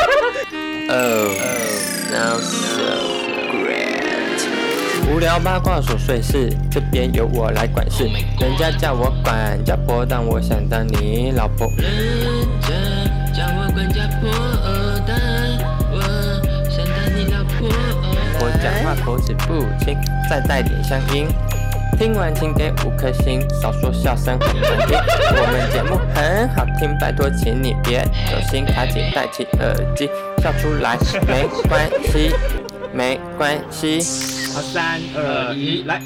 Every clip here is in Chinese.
Oh, now so great. 无聊八卦琐碎事，这边由我来管事。人家叫我管家婆，但我想当你老婆。人家叫我管家婆，但我想当你老婆。哦我讲话口齿不清，再带点乡音。听完请给五颗星，少说笑声很难听。我们节目很好听，拜托请你别走心，卡紧戴起耳机，笑出来没关系，没关系。好，三二一，来。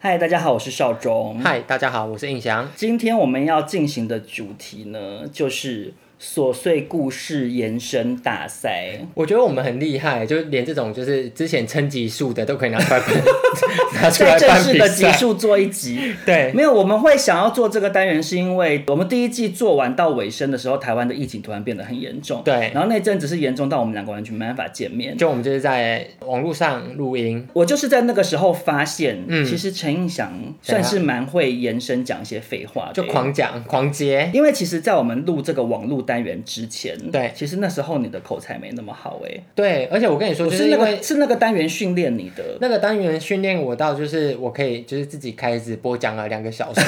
嗨，大家好，我是邵忠。嗨，大家好，我是印翔。今天我们要进行的主题呢，就是琐碎故事延伸大赛。我觉得我们很厉害，就是连这种就是之前称级数的都可以拿出来办， 拿出在来正办式比的集赛。数做一集，对没有，我们会想要做这个单元，是因为我们第一季做完到尾声的时候，台湾的疫情突然变得很严重，对然后那阵子是严重到我们两个完全没办法见面。就我们就是在网络上录音，我就是在那个时候发现，嗯啊其实陈映祥算是蛮会延伸讲一些废话的，就狂讲狂接，因为其实，在我们录这个网络单元之前，对其实那时候你的口才没那么好哎、对，而且我跟你说，我就是是那因为个是那个单元训练你的，那个单元训练我到，就是我可以就是自己开直播讲了两个小 时，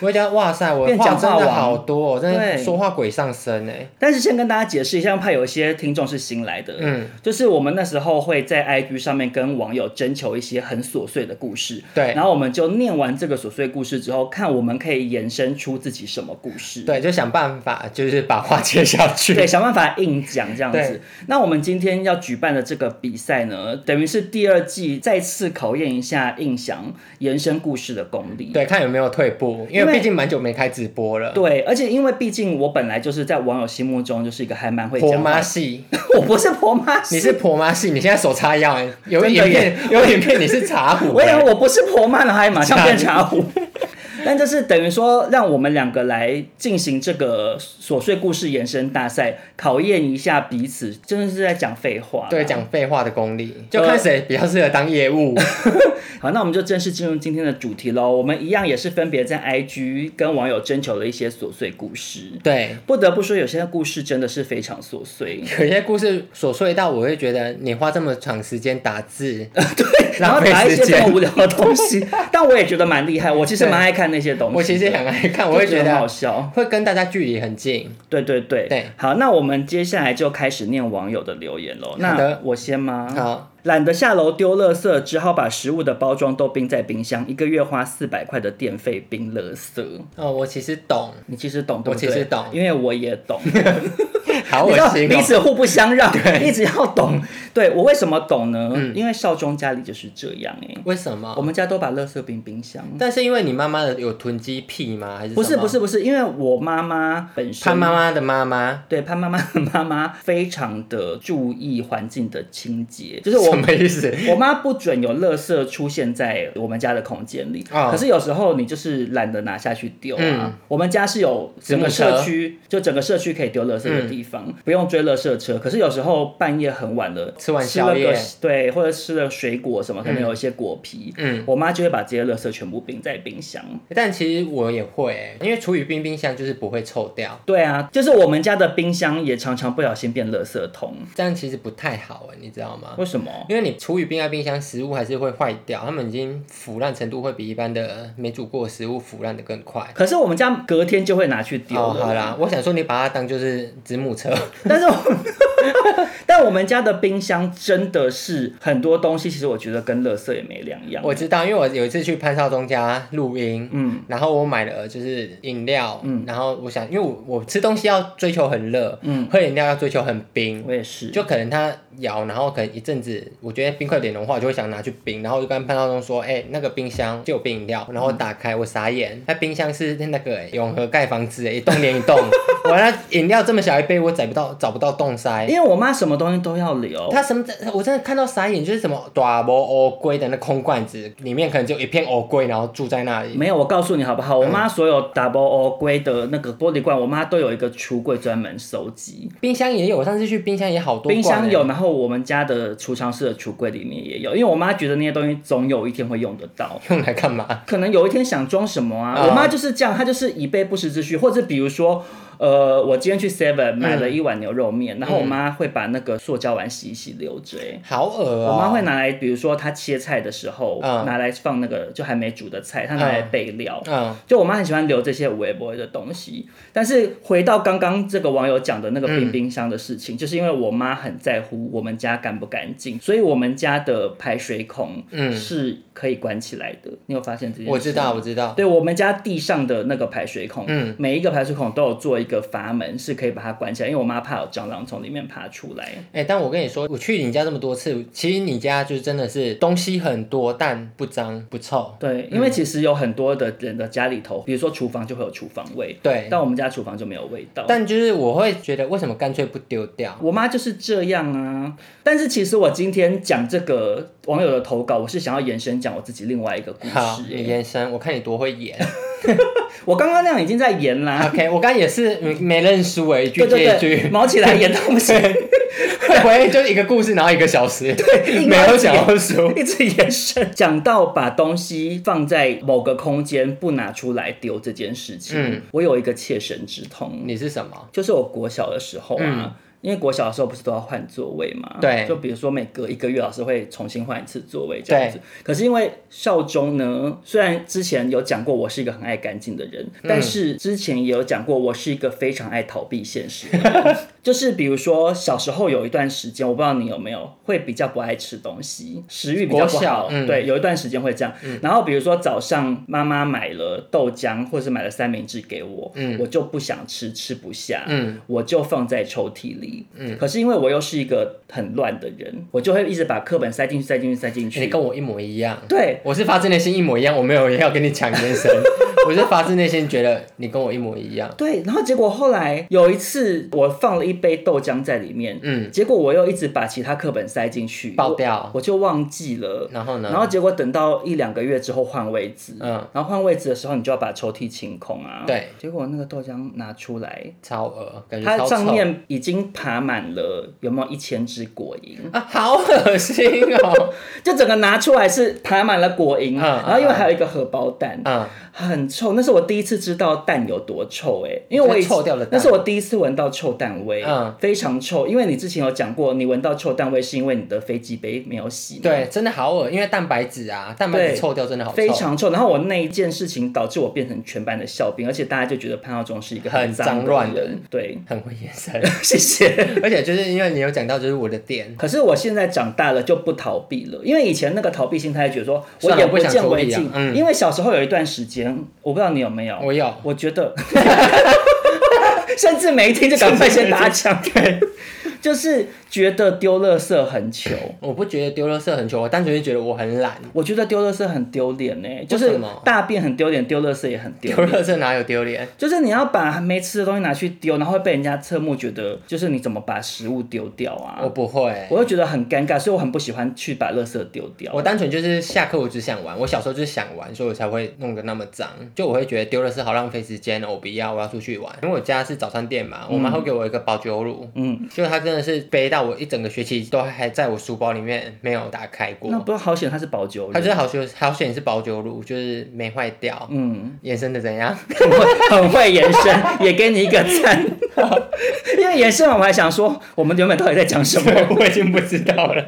我会觉得哇塞，我变话讲真话的王好多、哦，真的对说话鬼上身哎、但是先跟大家解释一下，怕有一些听众是新来的，嗯，就是我们那时候会在 IG 上面跟网友征求一些很琐碎的故事，对然后我们就念完这个琐碎故事之后，看我们可以延伸出自己什么故事，对，就想办法就是把话接下去。对，想办法硬讲这样对子。那我们今天要举办的这个比赛呢，等于是第二季再次考验一下印象延伸故事的功力。对，看有没有退步，因因为为毕竟蛮久没开直播了。对，而且因为毕竟我本来就是在网友心目中就是一个还蛮会婆讲话妈的，系，我不是婆妈，你是婆妈系，你现在手叉腰，欸 有真影的片，有影片你是茶 壶、我以为欸。我不是婆妈了，还马上变茶壶。 但就是等于说，让我们两个来进行这个琐碎故事延伸大赛，考验一下彼此，真的是在讲废话啦。对，讲废话的功力，就看谁比较适合当业 务。好，那我们就正式进入今天的主题喽。我们一样也是分别在 IG 跟网友征求了一些琐碎故事。对，不得不说，有些故事真的是非常琐碎。有些故事琐碎到我会觉得你花这么长时间打 字，对，然后浪费打一时些这间么。无聊的东西， 但我也觉得蛮厉害。我其实蛮爱看那些东西的。我其实很爱看，我会觉就很好得笑。会跟大家距离很近。对对对对好，那我们接下来就开始念网友的留言喽。好的那我先吗？好，懒得下楼丢垃圾，只好把食物的包装都冰在冰箱，一个月花四百块的电费冰垃圾。哦，我其实懂，你其实懂，对不对我其实懂因为我也 懂。好你恶知道心彼哦。此互不 相让，一直要懂。对我为什么懂呢？嗯因为少中家里就是这样哎、为什么？我们家都把垃圾冰冰箱。但是因为你妈妈的有囤积癖吗？还是不是什么不是？不是，因为我妈妈本身潘妈妈的妈妈，对潘妈妈的妈妈非常的注意环境的清洁，就是什我么意思？我妈不准有垃圾出现在我们家的空间里，哦可是有时候你就是懒得拿下去丢啊。嗯我们家是有整个子母车社区，就整个社区可以丢垃圾的地方，不用追垃圾车。可是有时候半夜很晚了，嗯吃完宵夜吃了个对，或者吃了水果什么，可能有一些果皮，嗯我妈就会把这些垃圾全部冰在冰箱。 但其实我也会欸、因为厨余冰冰箱就是不会臭掉，对啊，就是我们家的冰箱也常常不小心变垃圾桶，这样其实不太好哎、你知道吗为？什么？因为你厨余冰在冰箱，食物还是会坏掉，它们已经腐烂程度会比一般的没煮过的食物腐烂的更快。可是我们家隔天就会拿去丢了、哦，好啦，我想说你把它当就是子母 车，但是我， 但我们家的冰箱真的是很多东西，其实我觉得跟垃圾也没两样。我知道，因为我有一次去潘少忠家录音，嗯，然后我买了就是饮料，嗯，然后我想，因为我我吃东西要追求很热，嗯，喝饮料要追求很冰，我也是，就可能它摇，然后可能一阵子，我觉得冰块有点融化，我就会想拿去冰，然后我就跟潘少忠说，哎、那个冰箱就有冰饮料，然后我打开，我傻眼，那冰箱是那个、哎永和盖房子、哎一栋连一栋， 我那饮料这么小一杯，我找不到找不到洞塞。因为我妈什么东西都要留，他什么？我真的看到傻眼，就是什么大波欧龟的那空罐子，里面可能就一片欧龟，然后住在那里。没有。我告诉你好不好？嗯我妈所有 double O 龟的那个玻璃罐，我妈都有一个橱柜专门收集。冰箱也有，我上次去冰箱也好多罐欸、冰箱有，然后我们家的储藏室的橱柜里面也有，因为我妈觉得那些东西总有一天会用得到。用来干嘛？可能有一天想装什么啊哦我妈就是这样，她就是以备不时之需，或者比如说，呃，我今天去 Seven 买嗯了一碗牛肉面，然后我妈会把那个塑胶碗洗一洗留着、欸好恶哦、我妈会拿来，比如说她切菜的时候，嗯拿来放那个就还没煮的菜，她拿来备料。嗯，就我妈很喜欢留这些微博的东西，但是回到刚刚这个网友讲的那个冰嗯冰箱的事情，就是因为我妈很在乎我们家干不干净，所以我们家的排水孔嗯是可以关起来的。你有发现这件事？我知道，我。知道。对我们家地上的那个排水孔，嗯每一个排水孔都有做一个阀门，是可以把它关起来，因为我妈怕有蟑螂从里面爬出来。哎、但我跟你说，我去你家这么多次，其实你家就真的是东西很多，但不脏不臭。对，因为嗯其实有很多的人的家里头，比如说厨房就会有厨房味，对，但我们家厨房就没有味道。但就是我会觉得，为什么干脆不丢掉？我妈就是这样啊。但是其实我今天讲这个网友的投稿，我是想要延伸讲我自己另外一个故好，事、你欸。延伸，我看你多会演。我刚刚那样已经在延啦， OK，我刚刚也是没没认输哎，一句对接对一对，句，毛起来演到不行， 回就是一个故事，然后一个小时，硬没要有演想要输。一直延伸，讲到把东西放在某个空间不拿出来丢这件事情，嗯我有一个切身之痛。你是什么？就是我国小的时候啊，嗯因为国小的时候不是都要换座位嘛？对就比如说每隔一个月老师会重新换一次座位这样子对。可是因为校中呢，虽然之前有讲过我是一个很爱干净的人，嗯但是之前也有讲过我是一个非常爱逃避现实的 人。就是比如说小时候有一段时间，我不知道你有没有会比较不爱吃东西，食欲比较不国小好。嗯对，有一段时间会这样。然后比如说早上妈妈买了豆浆，或是买了三明治给我，我就不想吃，吃不下，嗯我就放在抽屉里。可是因为我又是一个很乱的人，我就会一直把课本塞进去，塞进去，塞进去。你跟我一模一样。对，我是发自内心一模一样，我没有要跟你抢先生， 我是发自内心觉得你跟我一模一样。对，然后结果后来有一次，我放了一杯豆浆在里面，嗯结果我又一直把其他课本塞进去，爆我掉我就忘记了。然后呢然后结果等到一两个月之后换位置，嗯然后换位置的时候，你就要把抽屉清空啊。对，嗯结果那个豆浆拿出来，超恶，感觉它超臭上面已经爬满了，有没有一千只果蝇？啊， 好恶心哦。就整个拿出来是爬满了果蝇，嗯然后因为还有一个荷包蛋，嗯，很臭，那是我第一次知道蛋有多臭哎、因为我以就是臭掉的蛋那是我第一次闻到臭蛋味，嗯非常臭。因为你之前有讲过，你闻到臭蛋味是因为你的飞机杯没有洗，对，，真的好恶，因为蛋白质啊，蛋白对，质臭掉真的好臭，非常臭。然后我那一件事情导致我变成全班的笑柄，而且大家就觉得潘耀宗是一个很脏脏乱的人人，对， 很会延伸。 谢谢。而且就是因为你有讲到，就是我的店，可是我现在长大了就不逃避了，因为以前那个逃避心态，觉得说我算了眼我不想见处理为净啊。嗯因为小时候有一段时间，我不知道你有没有，我有我觉得， 甚至没听就赶快先打抢，对， 就是觉得丢垃圾很糗。我不觉得丢垃圾很糗，我单纯是觉得我很懒。我觉得丢垃圾很丢脸呢，就为是什么大便很丢脸，丢垃圾也很丢丢脸。垃圾哪有丢脸？就是你要把没吃的东西拿去丢，然后会被人家侧目，觉得就是你怎么把食物丢掉啊？我不会，我又觉得很尴尬，所以我很不喜欢去把垃圾丢掉。我单纯就是下课我只想玩，我小时候就是想玩，所以我才会弄得那么脏。就我会觉得丢了是好浪费时间，哦我不要，我要出去玩。因为我家是早餐店嘛，我妈会给我一个保酒乳，嗯，就它真的是背到我一整个学期都还在我书包里面没有打开过那。不好险，它是保酒乳它 就是好学好险是保酒乳，就是没坏掉。嗯，延伸的怎样？很会延伸，也给你一个赞。 因为延伸完，我还想说，我们原本到底在讲什 么？ 我已经不知道了。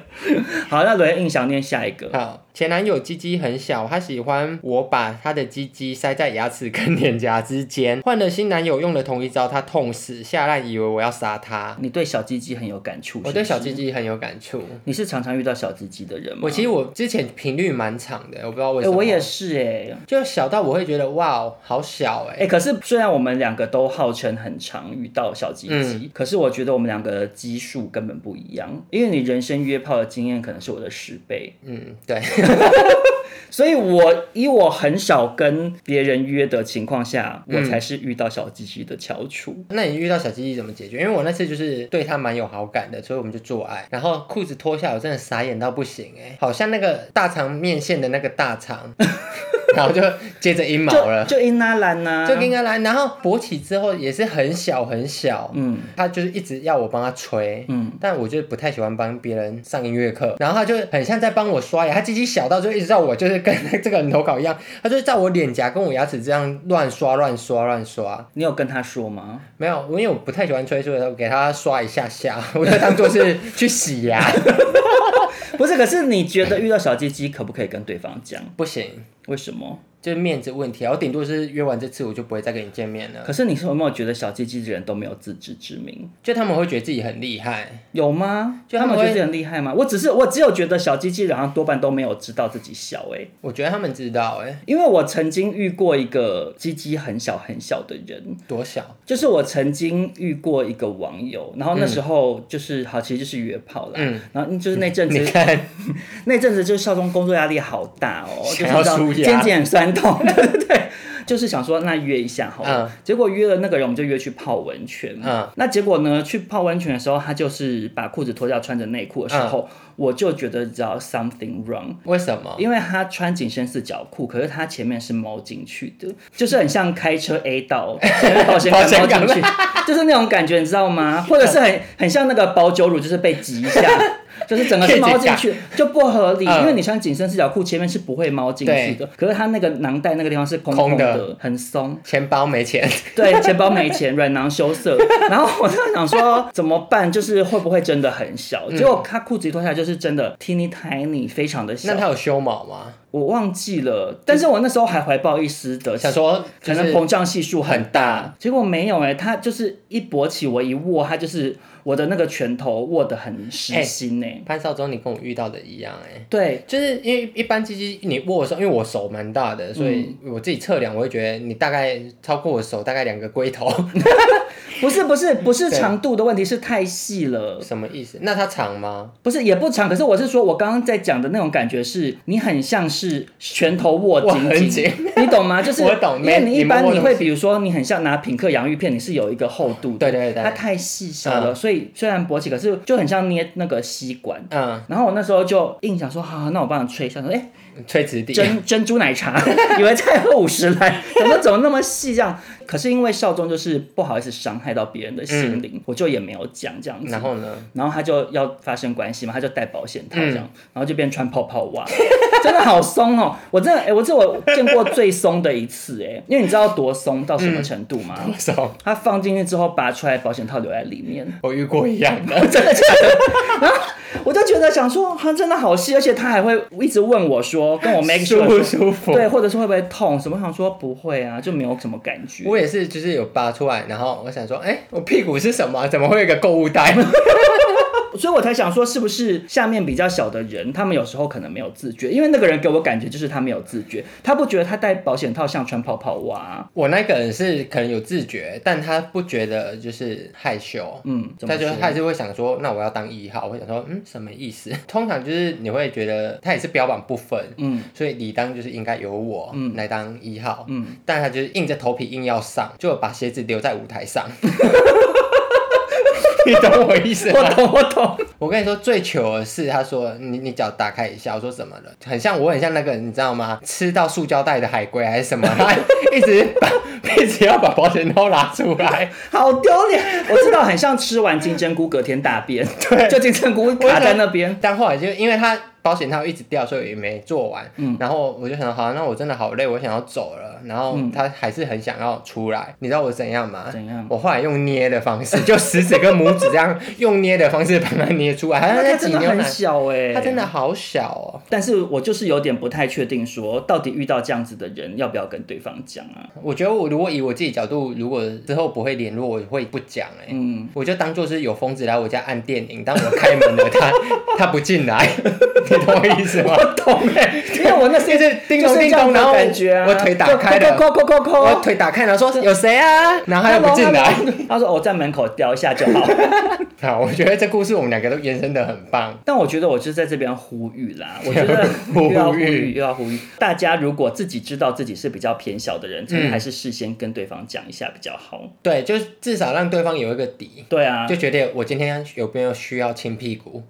好，那轮印象念下一个。 好，前男友鸡鸡很小，他喜欢我把他的鸡鸡塞在牙齿跟脸颊之间。换了新男友用了同一招，他痛死，下烂以为我要杀他。你对小鸡鸡很有感触，我对是小不鸡，是嗯鸡很有感触。你是常常遇到小鸡鸡的人吗？我其实我之前频率蛮长的，我不知道为哎、什么。我也，是哎、就小到我会觉得哇哦，好小哎、哎、可是虽然我们两个都号称很常遇到小鸡嗯鸡，可是我觉得我们两个的基数根本不一样，因为你人生约炮的经验可能是我的十倍，嗯，对，所以我以我很少跟别人约的情况下，嗯我才是遇到小鸡鸡的翘楚。那你遇到小鸡鸡怎么解决？因为我那次就是对它蛮有好感的，所以我们就做爱，然后裤欸子脱下来，我真的傻眼到不行哎、好像那个大肠面线的那个大肠，然后就接着阴毛了，就就英拉兰呐，就应该来。然后勃起之后也是很小很小，嗯他就是一直要我帮他吹，嗯但我就不太喜欢帮别人上音乐课，然后他就很像在帮我刷牙，他鸡鸡小到就一直在我就是跟这个人投稿一样，他就在我脸颊跟我牙齿这样乱刷乱刷乱刷。你有跟他说吗？ 没有，因为我不太喜欢吹，所以我给他刷一下下， 我就当做是去洗牙。不是，可是你觉得遇到小鸡鸡可不可以跟对方讲？不行，为什么？就是面子问题啊！我顶多是约完这次我就不会再跟你见面了可。是你是有没有觉得小鸡鸡的人都没有自知之明？就他们会觉得自己很厉害，有吗？就他他们们觉会得自己很厉害吗？我只是我只有觉得小鸡鸡好像多半都没有知道自己小哎、欸我觉得他们知道哎、因为我曾经遇过一个鸡鸡很小很小的人，多小，就是我曾经遇过一个网友，然后那时候就是、好，其实就是约炮啦，嗯然后就是那阵 子你看，那阵子就是校中工作压力好大哦，就是想要让舒压肩颈很酸痛， 对对对。就是想说，那约一下好了。嗯结果约了那个人，我们就约去泡温泉。嗯那结果呢？去泡温泉的时候，他就是把裤子脱掉，穿着内裤的时候，嗯我就觉得只要 something wrong，为什么？因为他穿紧身四角裤，可是他前面是猫进去的，就是很像开车 A 道，前面保险杆猫进去， 就是那种感觉，你知道吗？或者是很很像那个保酒乳，就是被挤一下，就是整个 是猫进去，就不合理。嗯因为你穿紧身四角裤，前面是不会猫进去的，可是他那个囊袋那个地方是空空空的的，很松。钱包没钱， 对，钱包没钱，软囊羞 涩。然后我就想说怎么办，就是会不会真的很小？结果他裤子一脱下来，就是真的 teeny tiny，非常的小。那他有修毛吗？我忘记了，但是我那时候还怀抱一丝的想说可就能是嗯膨胀系数很很大，结果没有哎、他就是一勃起，我一握，他就是我的那个拳头握得很实心哎、潘少忠，你跟我遇到的一样哎、对，就是因为一般鸡鸡你握的时候，因为我手蛮大的，所以我自己测量，我会觉得你大概超过我手大概两个龟头，不是不是不是对长度的问题，是太细了，什么意思？那它长吗？不是也不长，可是我是说我刚刚在讲的那种感觉是，你很像是拳头握握紧很紧紧，你 懂吗？就是我懂因为没你你一们般握你得会很比如说你很像拿品客洋芋片，你是有一个厚度的，对对对它太细小了，所以虽然勃起，可是就很像捏那个吸 管。嗯，然后我那时候就硬想说，好、好那我帮你吹一下。说， 哎，吹直地。珍珍珠奶茶， 以为再喝五十来，怎么怎么那么细这样？可是因为少中就是不好意思伤害到别人的心灵，我就也没有讲这样子。嗯然后呢？然后他就要发生关系嘛，他就戴保险套这样，嗯然后就变穿泡泡袜， 真的好松哦！我真的，哎、我这我见过最松的一次，哎，因为你知道多松到什么程度吗？手，他放进去之后拔出来，保险套留在里面。我遇过一样的，真的假的？然后我就觉得想说，他真的好细，而且他还会一直问我说，跟我 make sure 舒不说舒服对，或者是会不会痛什么？我想说不会啊，就没有什么感觉。 我也是，就是有拔出来，然后我想说，哎、我屁股是什么？怎么会有一个购物袋？ 所以我才想说，是不是下面比较小的人，他们有时候可能没有自觉，因为那个人给我感觉就是他没有自觉，他不觉得他戴保险套像穿泡泡袜啊、我那个人是可能有自觉，但他不觉得就是害羞，嗯怎么他就说他还是会想说，那我要当一号，我会想说，嗯，什么意思？ 通常就是你会觉得他也是标榜不分，嗯，所以理当就是应该由我来当一号，嗯，但他就是硬着头皮硬要上，就把鞋子留在舞台 上。你懂我意思我吗？懂，我懂。 我跟你说，最糗的是，他说你你脚打开一下，我说怎么了？很像我，很像那个你知道吗？吃到塑胶袋的海龟还是什么？他 一直把一直要把保险套拿出来，好丢脸！我知道，很像吃完金针菇隔天大 便，对，就金针菇卡在那边。但后来就因为他保险套一直掉，所以也没做完。嗯然后我就想，好，那我真的好累，我想要走了。然后他还是很想要出来，你知道我怎样吗？嗯怎样我后来用捏的方式，就食指跟拇指这样用捏的方式把它捏出来。哎他那在他挤真的牛很奶，小哎、他真的好小哦。但是我就是有点不太确定说到底遇到这样子的人要不要跟对方讲啊？我觉得我如果以我自己角度，如果之后不会联络，我会不讲哎、嗯，我就当做是有疯子来我家按电铃，当我开门了，他 他不进来，你懂我意思吗？ 我懂哎、 因为我那时候就是叮咚就是叮这样咚，的然后我感觉啊，我腿打开了，扣扣扣扣扣，我 腿打开了，说有谁啊？然后他又不进来，哦他说我在门口叼一下就好。 好，我觉得这故事我们两个都延伸的很棒。但我觉得我就是在这边呼吁 啦，我觉得又要呼呼吁吁又要呼吁，大家如果自己知道自己是比较偏小的人，可能还是事先跟对方讲一下比较好。对，就是至少让对方有一个底，对啊就，觉得我今天有没有需要亲屁股？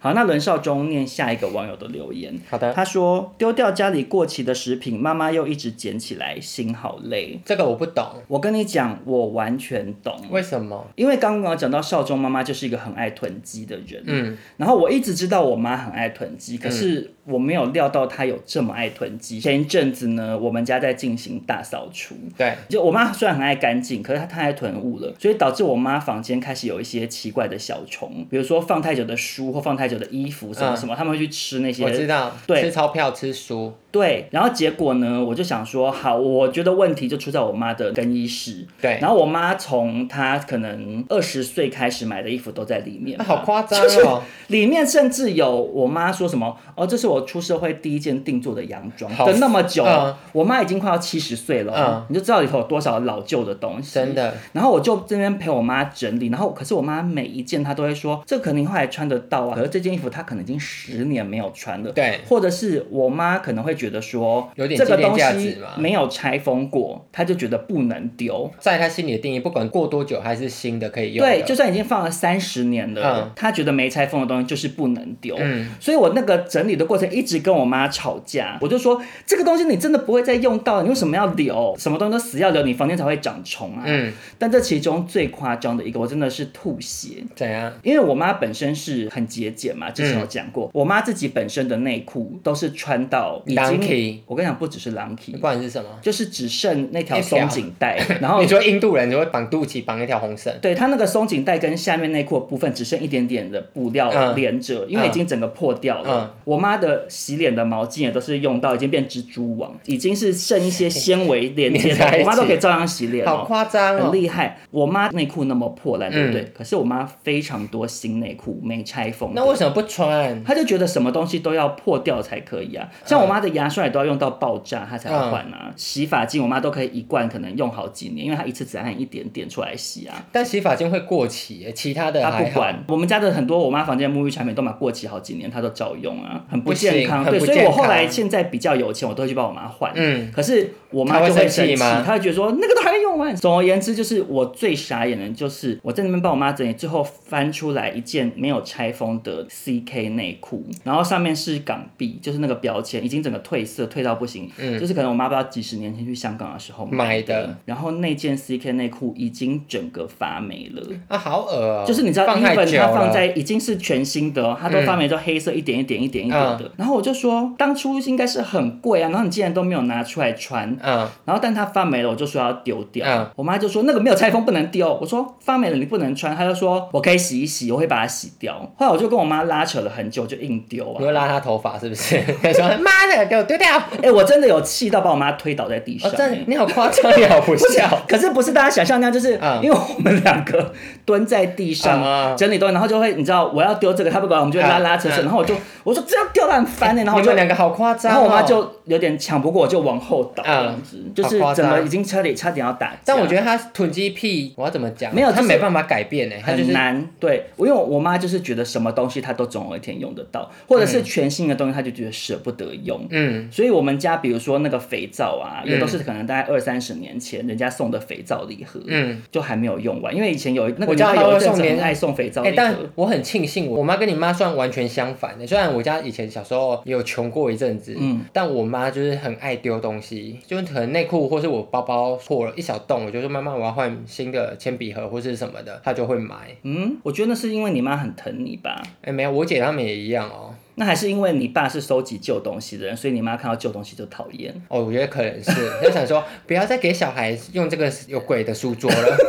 好，那轮少中念下一个网友的留言。好的他说丢掉家里过期的食品，妈妈又一直捡起来，心好累。这个我不懂，我跟你讲，我完全懂。为什么？因为刚刚有讲到少中妈妈就是一个很爱囤积的人，嗯，然后我一直知道我妈很爱囤积，可是我没有料到她有这么爱囤积。前一阵子呢，我们家在进行大扫除，对，就我妈虽然很爱干净，可是她太爱囤物了，所以导致我妈房间开始有一些奇怪的小虫，比如说放太久的书或放太久的衣服什么什么，他们会去吃那些。嗯我知道，对吃钞票吃书，对，然后结果呢，我就想说，好，我觉得问题就出在我妈的更衣室。对然后我妈从她可能二十岁开始买的衣服都在里面吧、啊好夸张 就是哦，里面甚至有我妈说什么哦，这是我出社会第一件定做的洋装，好等那么久，嗯我妈已经快要七十岁了哦，嗯你就知道里头有多少老旧的东西。真的。然后我就这边陪我妈整理，然后可是我妈每一件她都会说，这肯定后来穿得到啊，可是这件衣服她可能已经十年没有穿了，对或者是我妈可能会觉得说，有点这个纪念东价西值嘛没有拆封过，她就觉得不能丢。在他心里的定义，不管过多久，还是新的可以用的。对，就算已经放了三十年了嗯，她觉得没拆封的东西就是不能丢。嗯所以我那个整理的过程一直跟我妈吵架，我就说这个东西你真的不会再用到，你为什么要留？什么东西都死要留，你房间才会长虫啊。嗯，但这其中最夸张的一个，我真的是吐血。怎样？因为我妈本身是很节俭嗯嘛，之前有讲过，我妈自己本身的内裤都是穿到已经 Lanky 我跟你讲，不只是 lanky，不然是什么？就是只剩那条一条松紧带， 然后你说印度人就会绑肚脐绑一条红绳，对它那个松紧带跟下面内裤的部分只剩一点点的布料嗯连着，因为已经整个破掉了。我妈的洗脸的毛巾也都是用到已经变蜘蛛网，已经是剩一些纤维连接 连在一的，起我妈都可以照样洗脸、好哦。夸张很哦！厉害，我妈内裤那么破烂，对不对？嗯可是我妈非常多新内裤没拆封的，那为什么不穿？她就觉得什么东西都要破掉才可以啊。像我妈的牙刷也都要用到爆炸，她才要换啊。洗发精我妈都可以一罐可能用好几年，因为她一次只按一点点出来洗啊。但洗发精会过期耶，其他的他还不好。管我们家的很多我妈房间的沐浴产品都嘛过期好几年，她都照用啊，很不行健康。很对，不所以健我后来康现在比较有钱，我都会去帮我妈换。嗯可是我妈她会就会生生气气，吗她会觉得说那个都还没用完。总而言之，就是我最傻眼的就是我在那边帮我妈整理，最后翻出来一件没有拆封的 CK 内裤，然后上面是港币，就是那个标签已经整个褪色，褪到不行。嗯，就是可能我妈不知道几十年前去香港的时候买的的，然后那件 CK 内裤已经整个发霉了。啊，好恶哦！就是你知道放太 even 久它放了嗯在已经是全新的、哦，它都发霉都黑色一点一点一点一点的。然后我就说，当初应该是很贵啊，然后你竟然都没有拿出来穿。嗯，然后但它发霉了，我就说要丢掉。嗯我妈就说那个没有拆封不能丢。我说发霉了你不能穿，她就说我可以洗一洗，我会把它洗掉。后来我就跟我妈拉扯了很久，就硬丢你啊。会拉他头发是不 是？他说妈的，给我丢掉！哎、我真的有气到把我妈推倒在地上、哦，这哎你好夸张，你好不孝。可是不是大家想象那样，就是嗯因为我们两个蹲在地啊上整理东西，然后就会你知道我要丢这个，他不管，我们就会拉拉扯扯，嗯然后我就我说这样丢烂翻欸呢，然后哎你我就们两个好夸张、然哦。后我妈就有点抢不过，我就往后倒这样子，嗯就是好夸整张个已经差点差点要打架。但我觉得他囤积癖，我要怎么讲？没有他就是没办法改变呢，欸他就是很难，对，因为我妈就是觉得什么东西她都总有一天用得到，或者是全新的东西，她就觉得舍不得用。嗯，所以我们家比如说那个肥皂啊，也都是可能大概二三十年前人家送的肥皂礼盒，嗯，就还没有用完，因为以前有一那个我家年代有一还阵会送子年很爱送肥皂哎、礼但盒，我很庆幸我，我妈跟你妈算完全相反的。虽然我家以前小时候也有穷过一阵子，嗯但我妈就是很爱丢东西，就是可能内裤或是我包包破了一小洞，我就说妈妈我要换新的铅笔盒或是什么的，她就会买。嗯，我觉得那是因为你妈很疼你吧。哎、没有，我姐她们也一样哦。那还是因为你爸是收集旧东西的人，所以你妈看到旧东西就讨厌。哦，我觉得可能是，就想说不要再给小孩用这个有鬼的书桌了。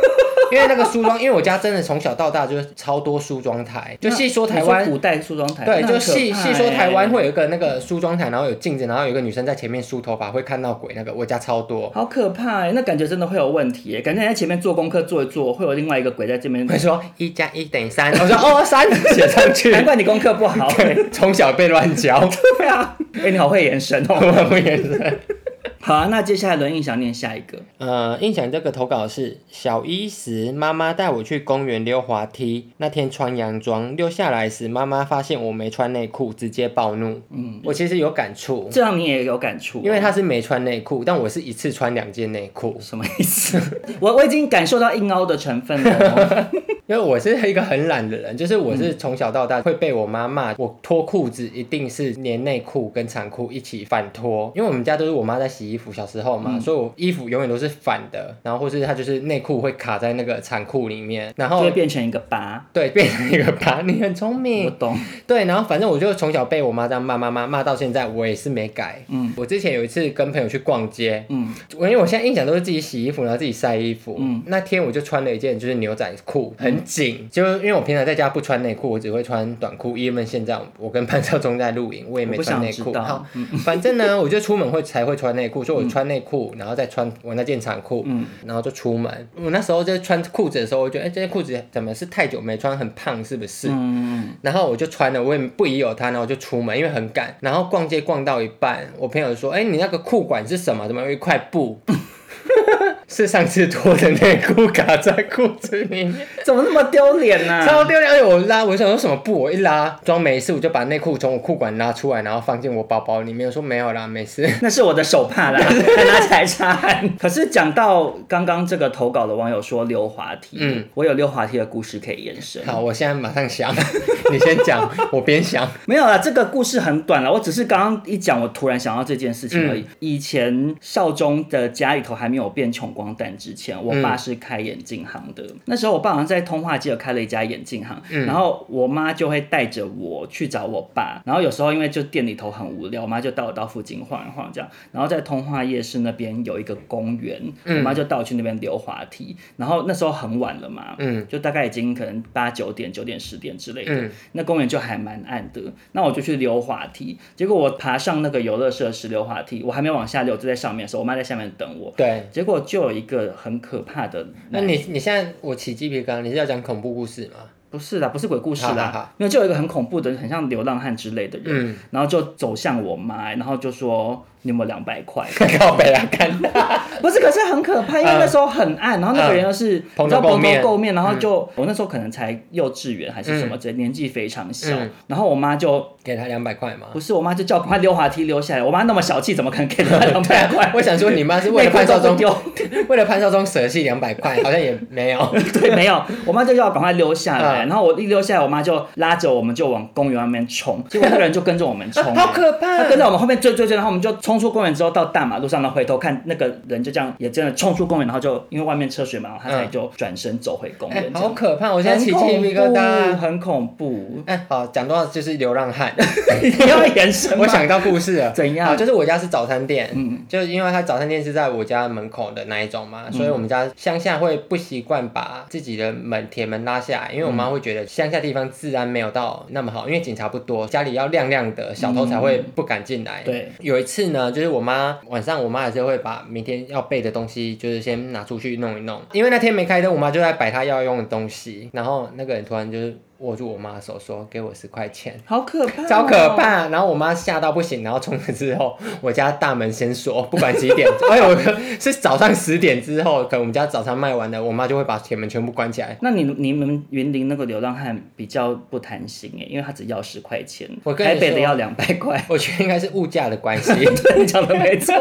因为那个梳妆，因为我家真的从小到大就是超多梳妆台，就细说台你湾古代梳妆台，对，那就很可细怕细说欸台湾会有一个那个梳妆台，然后有镜子，然后有一个女生在前面梳头发，会看到鬼那个，我家超多。好可怕哎、那感觉真的会有问题、欸，感觉你在前面做功课做一做，会有另外一个鬼在这 边。会说一加一等于三，我说哦三 写上去，难怪你功课不 好。对从小被乱教，对啊，哎、你好会延伸哦。我也是。好啊，那接下来轮印想念下一个，呃，印象这个投稿是小一时，妈妈带我去公园溜滑梯，那天穿洋装，溜下来时，妈妈发现我没穿内裤，直接暴怒。嗯，我其实有感触，这样你也有感触哦、因为她是没穿内裤，但我是一次穿两件内裤，什么意思？ 我我已经感受到硬凹的成分 了哦。因为我是一个很懒的人， 就是我嗯是从小到大会被我妈骂，我脱裤子一定是连内裤跟长裤一起反脱，因为我们家都是我妈在洗衣服，小时候嘛，嗯所以我衣服永远都是反的，然后或是她就是内裤会卡在那个长裤里面，然就后会变成一个疤。对变成一个疤。你很聪我明，懂，对，然后反正我就从小被我妈这样骂骂骂骂到现在，我也是没改。嗯我之前有一次跟朋友去逛街，嗯我因为我现在印象都是自己洗衣服，然后自己晒衣服。嗯那天我就穿了一件就是牛仔裤，很紧，就是因为我平常在家不穿内裤，我只会穿短裤。因为现在我跟潘少忠在露营，我也没穿内我不裤。想知道嗯好，反正呢，我就出门会才会穿内裤，所以我穿内裤，然后再穿我那件长裤，嗯然后就出门。我那时候在穿裤子的时候，我觉得哎、这件裤子怎么是太久没穿，很胖是不是？嗯，然后我就穿了，我也不疑有他，然后我就出门，因为很赶。然后逛街逛到一半，我朋友说：“哎，你那个裤管是什么？怎么有一块布？” 是上次脱的内裤卡在裤子里面， 怎么那么丢脸啊呢？超丢脸！哎，我拉，我想说什么布，我一拉装没事，我就把内裤从我裤管拉出来，然后放进我包包里面。我说没有啦，没事。 那是我的手 帕啦，还拿起来擦汗。可是讲到刚刚这个投稿的网友说溜滑梯，嗯我有溜滑梯的故事可以延伸。好，我现在马上想， 你先讲，我边想。没有啦，啊这个故事很短了，我只是刚刚一讲，我突然想到这件事情而已。以前少中的家里头还没有变穷光蛋之前，我爸是开眼镜行的。那时候我爸好像在通化街有开了一家眼镜行，然后我妈就会带着我去找我爸，然后有时候因为就店里头很无聊，我妈就带我到附近晃一晃这样。然后在通化夜市那边有一个公园，嗯我妈就带我去那边溜滑梯。然后那时候很晚了嘛，嗯就大概已经可能八九点、九点、十点之类的。嗯那公园就还蛮暗的，那我就去溜滑梯，结果我爬上那个游乐设施溜滑梯，我还没往下溜，就在上面的时候，我妈在下面等我，对，结果就有一个很可怕的那男，你你现在我起鸡皮疙瘩，你是要讲恐怖故事吗？ 不是啦，不是鬼故事好好好啦，因为就有一个很恐怖的，很像流浪汉之类的人，嗯，然后就走向我妈，然后就说你有没有两百块？靠北啊，干。不是，可是很可怕，因为那时候很暗，然后那个人又是嗯你知道蓬头垢蓬头面嗯垢面，然后就我那时候可能才幼稚园还是什么之类，年纪非常小嗯，然后我妈就给他两百块吗？不是，我妈就叫我赶快溜滑梯溜下来。我妈那么小气，怎么可能给她两百块？我想说，你妈是 为了潘少内裤都忠不丢， 为了潘少忠舍弃两百块，好像也没有。对，没有，我妈就叫我赶快溜下来。嗯然后我一溜下来，我妈就拉着我们就往公园外面冲，结果那个人就跟着我们冲、 好可怕 他跟在我们后面追追追，然后我们就冲出公园之后到大马路上，然后回头看那个人就这样也真的冲出公园，然后就因为外面车水马龙，他才嗯就转身走回公哎园。这好样可怕！我现在起鸡很皮疙恐怖，瘩。。很恐怖哎，好，讲到就是流浪汉， 你要延伸吗？我想到故事了。怎样好就是我家是早餐店，嗯就是因为它早餐店是在我家门口的那一种嘛，所以我们家乡下会不习惯把自己的门铁门拉下来，因为我妈会觉得乡下地方治安没有到那么好，因为警察不多，家里要亮亮的，小偷才会不敢进来。嗯对，有一次呢，就是我妈晚上，我妈还是会把明天要备的东西，就是先拿出去弄一弄，因为那天没开灯，我妈就在摆她要用的东西，然后那个人突然就是握住我妈的手说：“给我十块钱。”好可怕、哦超可！怕！然后我妈吓到不行，然后从此之后，我家大门先锁，不管几点， 哎呦，我是早上十点之后，可能我们家早餐卖完了，我妈就会把铁门全部关起来。那你你们云林那个流浪汉比较不贪心哎，因为他只要十块钱，我跟你台北的说，要两百块我觉得应该是物价的关 系。你讲的没 错。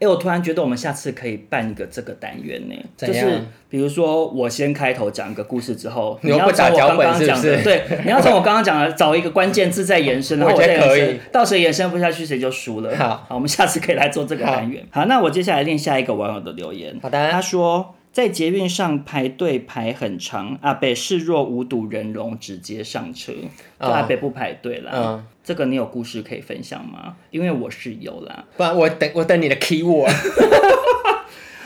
哎、我突然觉得我们下次可以办一个这个单元呢，怎就样是比如说我先开头讲一个故事之后，你你又要不打从我脚刚本刚讲是不的，是对，你要从我刚刚讲的找一个关键字再延伸，然后我我觉得再延可以伸，到谁延伸不下去谁就输了。好我们下次可以来做这个单元。好，那我接下来念下一个网友的留言。好的他说在捷运上排队排很长，阿北视若无睹人龙，直接上车。就哦阿北不排队啦。嗯这个你有故事可以分享吗？因为我是有啦。不然我等我等你的 key word。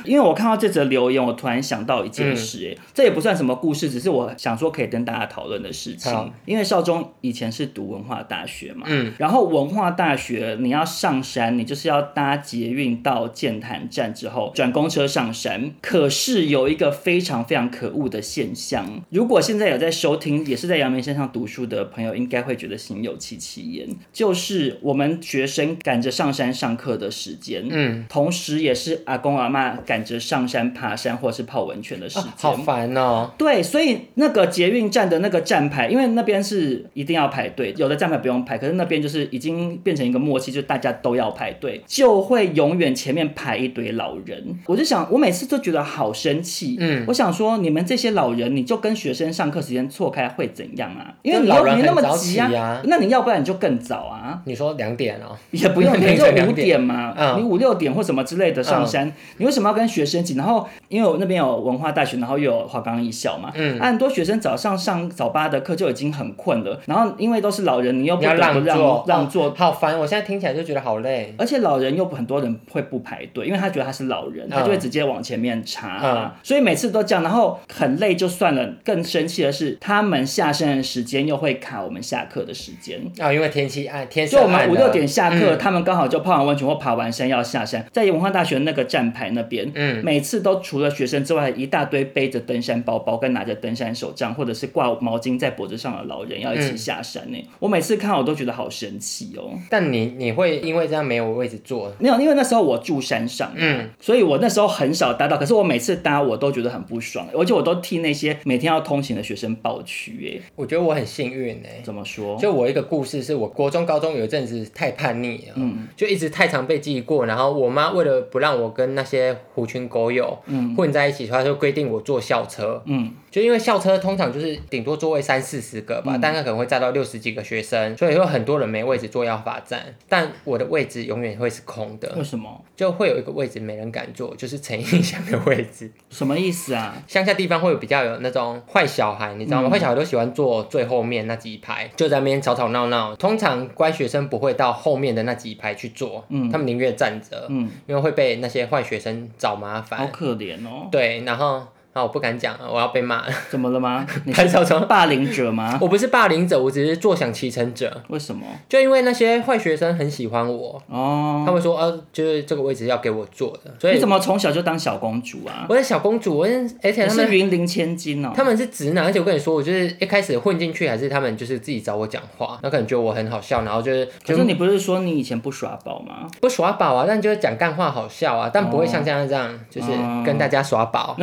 因为我看到这则留言，我突然想到一件嗯事、哎、这也不算什么故事，只是我想说可以跟大家讨论的事好情。因为少中以前是读文化大学嘛，嗯，然后文化大学你要上山，你就是要搭捷运到剑潭站之后转公车上山。可是有一个非常非常可恶的现象，如果现在有在收听，也是在阳明山上读书的朋友，应该会觉得心有戚戚焉。就是我们学生赶着上山上课的时间，嗯，同时也是阿公阿妈赶着上山爬山或者是泡温泉的时间。啊好烦哦。对，所以那个捷运站的那个站牌，因为那边是一定要排队，有的站牌不用排，可是那边就是已经变成一个默契，就大家都要排队，就会永远前面排一堆老人。我就想，我每次都觉得好生气，嗯我想说你们这些老人，你就跟学生上课时间错开会怎样啊？因为你但老又人没那么很早急起啊啊，那你要不然你就更早啊。你说两点哦，也不用，你凌就晨两五点点嘛，嗯你五六点或什么之类的上山，你为什么要跟学生挤？然后因为我那边有文化大学，然后又有华冈艺校嘛，嗯啊，很多学生早上上早八的课就已经很困了，然后因为都是老人，你又不你得要不让让座，让哦座。好烦。我现在听起来就觉得好累。而且老人又很多人会不排队，因为他觉得他是老人，他就会直接往前面插、嗯所以每次都这样，然后很累就算了，更生气的是他们下山的时间又会卡我们下课的时间。啊，因为天气暗，天色就我们暗五了六点下课，嗯他们刚好就泡完温泉或爬完山要下山，在文化大学那个站牌那边，嗯每次都除了学生之外，一大堆背着登山包包跟拿着登山手杖或者是挂毛巾在脖子上的老人要一起下山嗯呢、我每次看我都觉得好神奇哦。但你你会因为这样没有位置坐，没有，因为那时候我住山上，嗯，所以我那时候很少搭到。可是我每次搭，我都觉得很不爽，而且我都替那些每天要通勤的学生抱屈。哎，我觉得我很幸运哎。怎么说？就我一个故事，是我国中、高中有一阵子太叛逆了，就一直太常被记过。然后我妈为了不让我跟那些狐群狗友混在一起，所以她就规定我坐校车。嗯就因为校车通常就是顶多座位三四十个吧，但它可能会载到六十几个学生，所以会很多人没位置坐要罚站。但我的位置永远会是空为的，什么？就会有一个位置没人敢坐，就是陈映香的位置。什么意思啊？乡下地方会有比较有那种坏小孩，你知道嗯吗？坏、小孩都喜欢坐最后面那几排，就在那边吵吵闹闹。通常乖学生不会到后面的那几排去坐，嗯他们宁愿站着，嗯，因为会被那些坏学生找麻好烦。可怜哦。对，然后啊，我不敢讲，我要被骂了。怎么了吗？你潘是少聪，霸凌者吗？我不是霸凌者，我只是坐享其成者。为什么？就因为那些坏学生很喜欢我，他哦，们说，呃、就是这个位置要给我坐的，所以你怎么从小就当小公主啊？我是小公主，我是而且你他们是云林千金哦。他们是直男，而且我跟你说，我就是一开始混进去，还是他们就是自己找我讲话，那可能觉得我很好笑，然后就是可就是你不是说你以前不耍宝吗？不耍宝啊，但就是讲干话好笑啊，但不会像这样这样，就是哦跟大家耍 宝，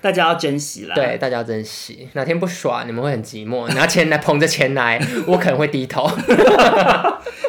大家要珍惜啦。对，大家要珍惜。哪天不耍，你们会很寂 寞，拿钱来捧着钱来，我可能会低头，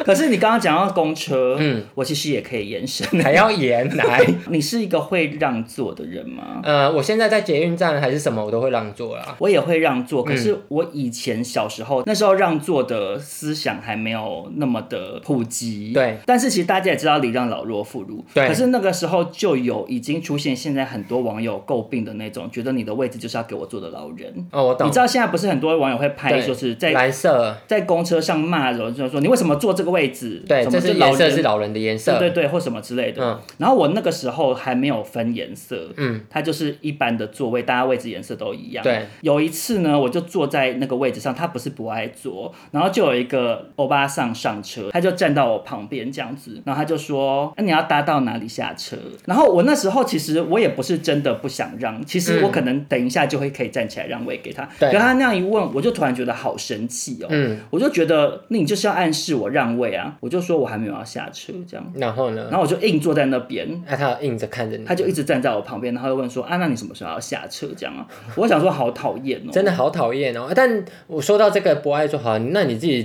可是你刚刚讲到公车，嗯，我其实也可以延伸。 还要演来。你是一个会让座的人吗？呃，我现在在捷运站还是什么，我都会让座啦。我也会让座，可嗯是我以前小时候、那时候让座的思想还没有那么的普及。对，但是其实大家也知道礼让老弱妇孺。对可是那个时候就有已经出现现在很多网友诟病的那种，觉得你的位置就是要给我坐的老人。哦，我懂。你知道现在不是很多网友会拍，对就是在蓝色，在公车上骂人，就说你为什么坐这个位置？对，怎这么是老颜色人是老人的颜色，对对对，或什么之类的。嗯然后我那个时候还没有分颜色，嗯，它就是一般的座位，大家位置颜色都一样。对，有一次呢，我就坐在那个位置上，他不是不爱坐，然后就有一个欧巴桑上车，他就站到我旁边这样子，然后他就说：“哎那、你要搭到哪里下车？”然后我那时候其实我也不是真的不想让，其实我嗯可能等一下就会可以站起来让位给他，对可他那样一问，我就突然觉得好生气哦。嗯，我就觉得，那你就是要暗示我让位啊！我就说我还没有要下车，这样。然后呢？然后我就硬坐在那边，那、他有硬着看着你，他就一直站在我旁边，然后就问说：“啊，那你什么时候要下车？”这样啊， 我想说好讨厌哦，真的好讨厌哦！但我说到这个不爱做好，那你自 己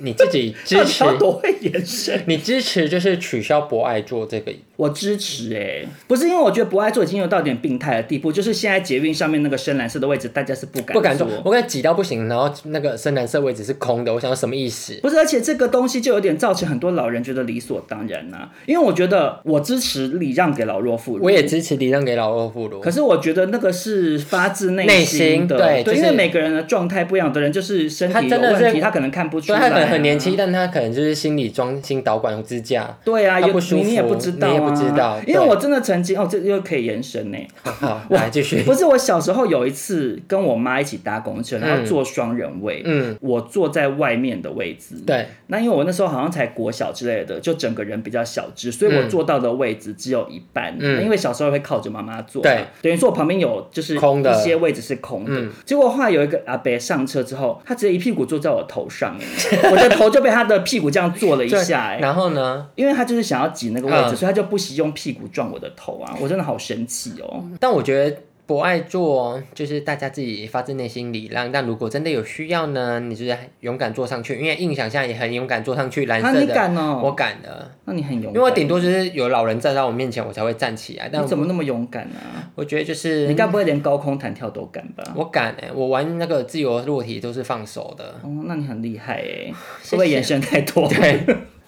你自己支持到，底要多会延伸，你支持就是取消不爱做这个，我支持哎、欸不是因为我觉得不爱坐已经有到点病态的地步，就是现在捷运上面那个深蓝色的位置，大家是不敢不敢做坐。，我刚才挤到不行，然后那个深蓝色位置是空的，我想说什么意思？不是，而且这个东西就有点造成很多老人觉得理所当然呐、啊因为我觉得我支持礼让给老弱妇孺，我也支持礼让给老弱妇孺，可是我觉得那个是发自内内心心的，对就是因为每个人的状态不一样，有的人就是身他体真有的问题，是他可能看不出对来，啊他可能很年轻，但他可能就是心理装心导管支架。对啊，他有不舒你你也服不知道、啊，你也不知道因为对我真的曾经哦，这又可以延伸呢、 好，来继续。不是我小时候有一次跟我妈一起搭公车，然后坐双人位，嗯，我坐在外面的位置，对，那因为我那时候好像才国小之类的，就整个人比较小只，所以我嗯坐到的位置只有一半。嗯因为小时候会靠着妈妈坐嘛，对等于说我旁边有就是空的一些位置是空的。嗯结果后来有一个阿伯上车之后，他直接一屁股坐在我头上， 哎我的头就被他的屁股这样坐了一对下，哎，然后呢？因为他就是想要挤那个位置，嗯所以他就不惜用屁股撞我的头啊！我真的好生气哦。但我觉得。不爱做，就是大家自己发自内心礼让。但如果真的有需要呢，你就是勇敢坐上去，因为印象下也很勇敢坐上去蓝啊，色你的。敢哦？我，敢的，那你很勇敢，因为我顶多就是有老人站在我面前，我才会站起来。但你怎么我那么勇敢啊？我觉得就是你该不会连高空弹跳都敢吧？我敢哎、我玩那个自由落体都是放手的。哦，那你很厉害哎， 谢会不会延伸太多？对，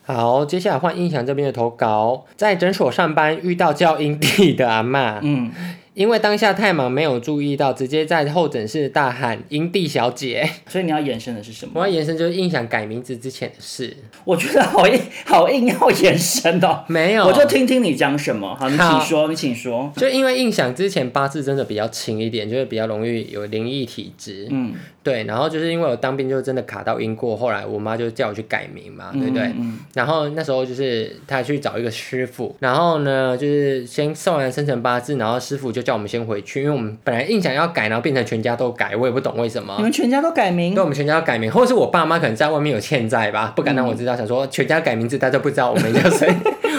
好，接下来换印象这边的投稿，在诊所上班遇到叫阴蒂的阿嬷， 嗯，因为当下太忙没有注意到，直接在候诊室大喊“阴蒂小姐所以你要延伸的是什”。我要么？延伸就是印象改名字之前的事，我觉得好硬，好硬要延伸哦。没有，我就听听你讲什么。好，你好请说，你请说。就因为印象之前八字真的比较轻一点，就是比较容易有灵异体质，嗯，对，然后就是因为我当兵就真的卡到英国，后来我妈就叫我去改名嘛，对不对？嗯嗯然后那时候就是她去找一个师傅，然后呢就是先算完生辰八字，然后师傅就叫我们先回去，因为我们本来印象要改，然后变成全家都改，我也不懂为什你么。们全家都改名对，我们全家要改名，或者是我爸妈可能在外面有欠债吧，不敢让我知道，想说全家改名字，大家不知道我们叫 谁，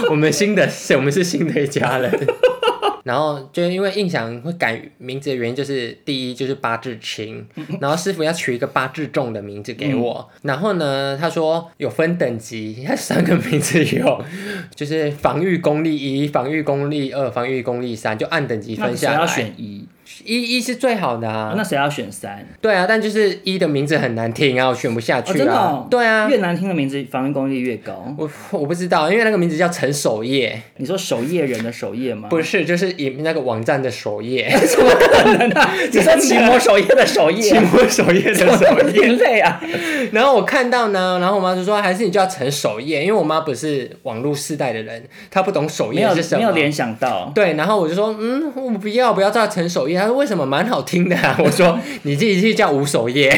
我们新的谁，我们是新的一家人。然后就因为印象会改名字的原因，就是第一就是八字轻，然后师傅要取一个八字重的名字给我。嗯然后呢，他说有分等级，他三个名字有， 就是防御功力一、防御功力二、防御功力三，就按等级那分谁下要来。选一？一一是最好的啊，那谁要选三？对啊，但就是一的名字很难听啊，我选不下去啊。哦，真的哦。对啊越，难听的名字，防御功力越高。我我不知道，因为那个名字叫陈守业，你说守夜人的守夜吗？不是，就是以那个网站的首页， 你说骑摩守夜的守 夜期吗，末首页的首页。眼泪啊！ 然后我看到呢，然后我妈就说，还是你叫陈守业，因为我妈不是网络世代的人，她不懂首 没页有是什没有么。联想到， 对，然后我就说，嗯，我不要，不要叫陈守业。她说为什么蛮好听的、啊？ 我说你自己去叫吴守业，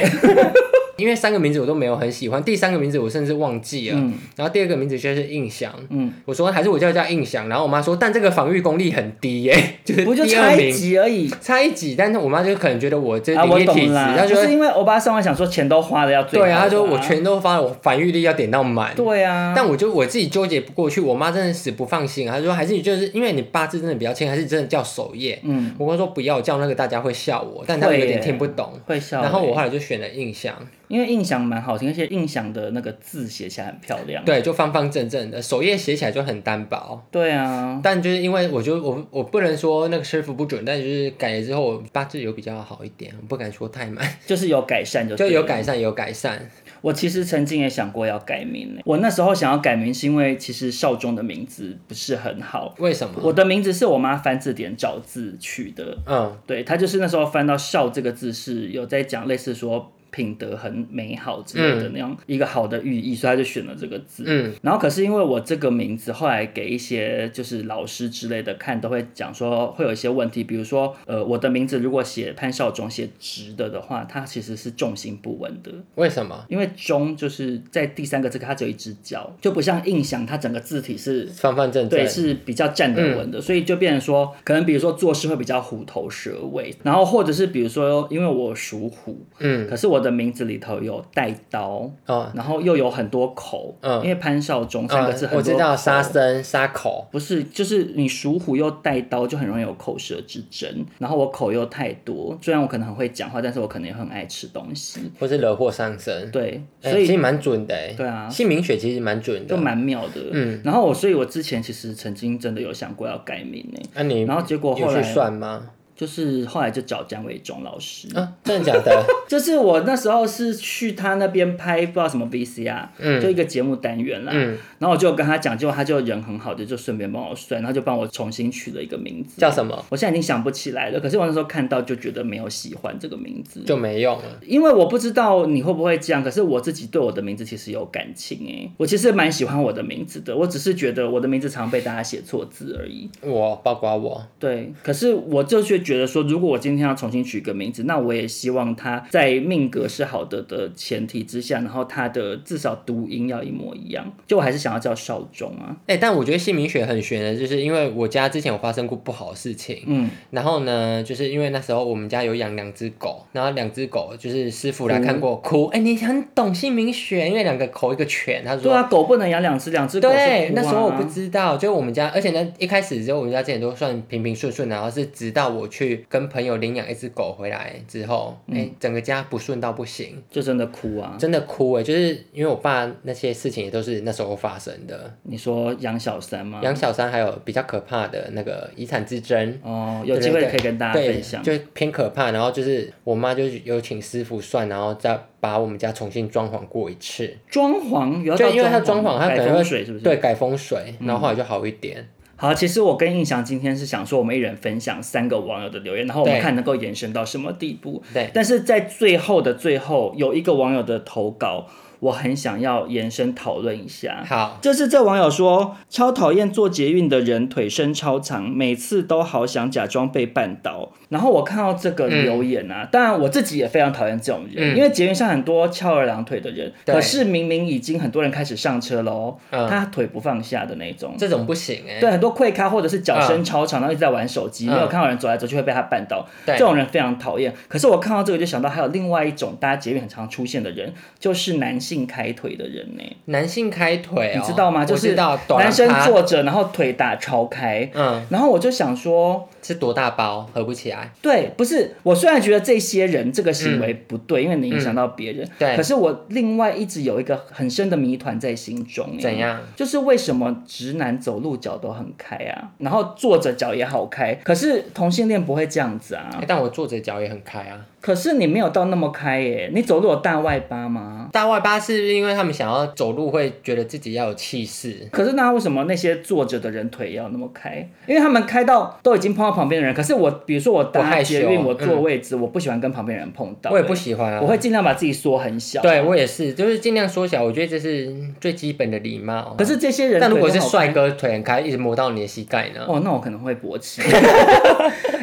因为三个名字我都没有很喜欢，第三个名字我甚至忘记了，嗯然后第二个名字就是印象，嗯，我说还是我叫叫印象，然后我妈说，但这个防御功力很低耶、 就是不就第二差一名，集而已。差一级，但是我妈就可能觉得我这啊，我灵异体懂质，啦，她觉就是得因为欧巴上万想说钱都花了要最好对的啊，啊，她说我全都发了，我防御力要点到满。对啊，但我就我自己纠结不过去，我妈真的死不放心啊，她就说还是你就是因为你八字真的比较轻，还是真的叫守夜。嗯我跟她说不要叫那个，大家会笑我，但她们有点听不懂。会笑欸，然后我后来就选了印象，因为印象蛮好听，而且印象的那个字写起来很漂亮，对，就方方正正的，守夜写起来就很单薄。对啊，但就是因为我就我我不能说那个师傅不准，但就是改了之后我八字有比较好一点，我不敢说太 满，就是有改善就就对有了改善有改善。我其实曾经也想过要改名呢，欸我那时候想要改名是因为其实少中的名字不是很好，为什么？我的名字是我妈翻字典找字取的，嗯对，他就是那时候翻到“孝”这个字是有在讲类似说品德很美好之类的那样一个好的寓意，所以他就选了这个字。嗯，然后可是因为我这个名字，后来给一些就是老师之类的看，都会讲说会有一些问题，比如说呃我的名字如果写潘少忠写直的的话，它其实是重心不稳的。为什么？因为忠就是在第三个字，它只有一只脚，就不像印象，它整个字体是方方正正。对，是比较站得稳嗯的，所以就变成说，可能比如说做事会比较虎头蛇尾，然后或者是比如说，因为我属虎，嗯可是我的名字里头有带刀，哦，然后又有很多口，嗯因为潘少忠三个字嗯很，多、我知道杀。生杀口。不是，就是你属虎又带刀，就很容易有口舌之争。然后我口又太多，虽然我可能很会讲话，但是我可能也很爱吃东西。或是惹祸上身，对，哎，所以其实蛮准的哎。对啊姓名学其实蛮准的。就蛮妙的。嗯，然后我，所以我之前其实曾经真的有想过要改名呢、欸那你然后结果后有去来算吗？就是后来就找詹伟忠老师，啊，真的假 的？就是我那时候是去他那边拍不知道什么 VCR，、嗯就一个节目单元啦。嗯然后我就跟他讲，结果他就人很好的，就顺便帮我算，然后就帮我重新取了一个名字，叫什么？我现在已经想不起来了。可是我那时候看到就觉得没有喜欢这个名字，就没用了。因为我不知道你会不会这样，可是我自己对我的名字其实有感情诶、我其实蛮喜欢我的名字的，我只是觉得我的名字常被大家写错字而已。我包括我，对，可是我就是觉得说，如果我今天要重新取一个名字，那我也希望它在命格是好的的前提之下，然后它的至少读音要一模一样。就我还是想要叫少中啊，哎、但我觉得姓名学很玄的，就是因为我家之前有发生过不好的事情。嗯，然后呢，就是因为那时候我们家有养两只狗，然后两只狗就是师傅哦来看过哭，哎、你很懂姓名学，因为两个口一个犬，他说对啊，狗不能养两只，两只狗是、啊对，那时候我不。知道，就我们家，而且呢，一开始就我们家之前都算平平顺顺的，然后是直到我去跟朋友领养一只狗回来之后，嗯哎、整个家不顺到不行，就真的哭啊！真的哭哎、就是因为我爸那些事情也都是那时候发生的。你说养小三吗？养小三还有比较可怕的那个遗产之争。哦，有机会可以跟大家对分享。就偏可怕。然后就是我妈就是有请师傅算，然后再把我们家重新装潢过一次。装潢，有要就到因为它装潢，它可改能风会水是不是？对，。改风水，然后后来就好一点。好，其实我跟印象今天是想说，我们一人分享三个网友的留言，然后我们对看能够延伸到什么地步。对但是在最后的最后，有一个网友的投稿，我很想要延伸讨论一下。好，就是这网友说，超讨厌坐捷运的人腿伸超长，每次都好想假装被绊倒。然后我看到这个留言啊，当然我自己也非常讨厌这种人，嗯因为捷运上很多翘二郎腿的人，对可是明明已经很多人开始上车喽，嗯他腿不放下的那种。这种不行哎、对，很多跪咖或者是脚伸超长，然后一直在玩手机，没有嗯看到人走来走去会被他绊倒，对这种人非常讨厌。可是我看到这个就想到还有另外一种大家捷运很常出现的人，就是男性开腿的人呢、男性开腿、哦，你知道吗？就我是知道男生，短趴坐着，然后腿打超开。嗯，然后我就想说，是多大包合不起来，对，不是我虽然觉得这些人这个行为不对，因为你影响到别人，嗯对可是我另外一直有一个很深的谜团在心中、欸怎样？就是为什么直男走路脚都很开啊，然后坐着脚也好开，可是同性恋不会这样子啊哎。但我坐着脚也很开啊。可是你没有到那么开耶、你走路有大外八吗？大外八是因为他们想要走路会觉得自己要有气势，可是那为什么那些坐着的人腿要那么开？因为他们开到都已经碰到旁边的人。可是我，比如说我我搭害羞捷运，我嗯坐位置，我不喜欢跟旁边人碰到、我也不喜欢啊。我会啊尽量把自己缩很小。，对我也是，就是尽量缩小，我觉得这是最基本的礼貌。啊可是，这些人，哦但如果是帅。哥腿很开，一直磨到你的膝盖呢？哦，那我可能会勃起。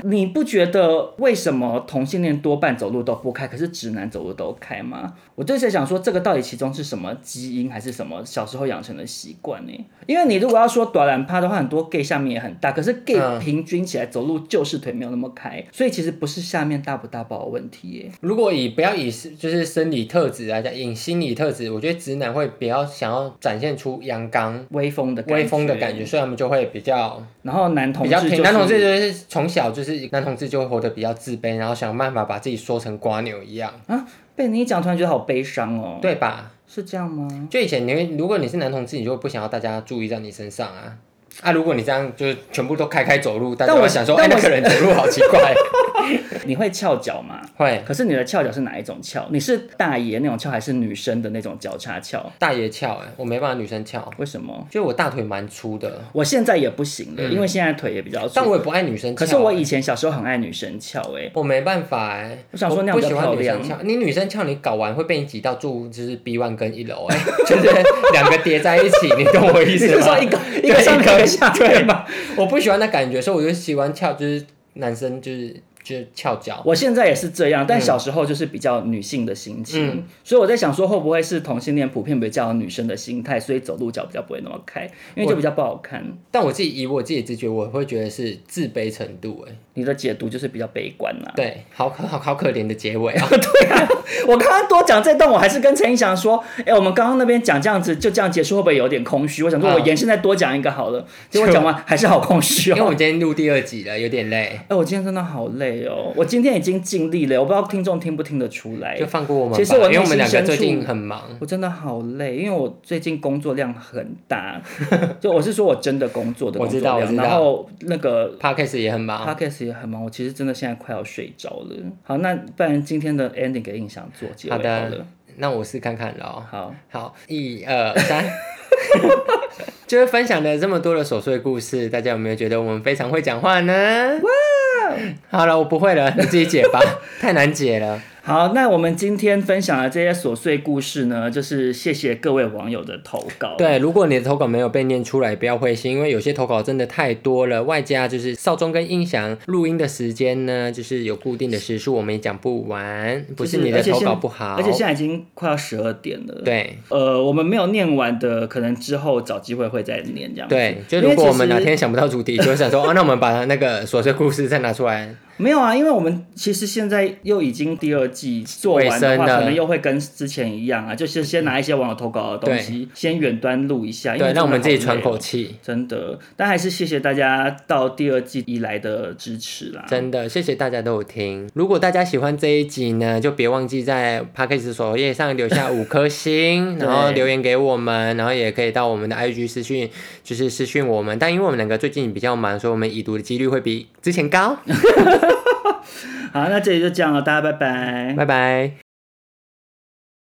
你不觉得为什么同性恋多半走路都不开，可是直男走路都开吗？我就在想说，这个到底其中是什么基因，还是什么小时候养成的习惯呢？因为你如果要说短懒趴的话，很多 gay 下面也很大，可是 gay 嗯平均起来走路就是腿没有那么开，所以其实不是下面大不大包的问题耶。如果以不要以是就是生理特质来讲，以心理特质，我觉得直男会比较想要展现出阳刚、微风的感觉威风的感觉，，所以他们就会比较然后男同比志、较就是、偏。男同志就是从小就是男同志就会活得比较自卑，然后想办法把自己缩成瓜牛一样，啊，被你一讲，突然觉得好悲伤哦。，对吧？是这样吗？就以前你会如果你是男同志，你就不想要大家注意在你身上啊。啊，如果你这样就是全部都开开走路，大家但我会想说，哎、但我那个人走路好奇 怪。你会翘脚吗？会可是你的翘脚是哪一种翘？你是大爷那种翘，还是女生的那种交叉翘？大爷翘哎、我没办法女生翘，为什么？就我大腿蛮粗的，我现在也不行了，嗯因为现在腿也比较粗。但我也不爱女生翘、可是我哎以前小时候很爱女生翘、欸，我没办法哎、我想说那样我比不喜较欢女生漂亮翘，你女生翘你搞完会被你挤到住就是 B one 跟一楼 哎、就是两个叠在一起，你懂我意 你思是吗？说一个对一个上面一个下对面吗？我不喜欢那感觉，所以我就喜欢翘，就是男生就是就是翘脚。我现在也是这样，但小时候就是比较女性的心情，嗯所以我在想说会不会是同性恋普遍比较有女生的心态，所以走路脚比较不会那么开，因为就比较不好看。但我自己以我自己的直觉，我会觉得是自卑程度哎、你的解读就是比较悲观啦、对，好可好好可怜的结尾啊。 我刚刚多讲这段，我还是跟陈意翔说，哎、我们刚刚那边讲这样子，就这样结束，会不会有点空虚？我想说，嗯我延伸再多讲一个好了。结果讲完还是好空虚因为我哦们。今天录第二集了，有点累。哎、我今天真的好累累哦。我今天已经尽力了，我不知道听众听不听得出来就。放过我们吧。其实我内心因为我们两个最深近处很忙，我真的好累，因为我最近工作量很 大，就我是说我真的工作的我工作知道我量，知道啊然后那个 podcast 也很忙。 podcast 也很忙，我其实真的现在快要睡着了。好，那不然今天的 ending 给印象做结尾好好了。的，那我试看看喽。好，好，一二 三。就是分享了这么多的琐碎故事，大家有没有觉得我们非常会讲话呢？好了，我不会了，你自己解 吧，太难解了。好，那我们今天分享的这些琐碎故事呢，就是谢谢各位网友的投稿。对，如果你的投稿没有被念出来，不要灰心，因为有些投稿真的太多了，外加就是少中跟音响录音的时间呢，就是有固定的时数，我们也讲不完，不就是是你的而且投现稿不好，而且现在已经快要十二点了。。对呃，我们没有念完的，可能之后找机会会再念这样子。对，就因为如果其我们哪实天想不到主 题，就会想说，哦，那我们把那个琐碎故事再拿出来，没有啊，因为我们其实现在又已经第二季做完的尾话，声了可能又会跟之前一样啊，就是先拿一些网友投稿的东西，先远端录一下，因对，为真的让我们自己喘好口累哦。气。真的，但还是谢谢大家到第二季以来的支持啦。真的，谢谢大家都有听。如果大家喜欢这一集呢，就别忘记在 p a c k a g e 首页上留下五颗星，然后对留言给我们，然后也可以到我们的 IG 私讯，就是私讯我们。但因为我们两个最近比较忙，所以我们已读的几率会比之前高。好，那这里就这样了，大家拜拜。拜拜。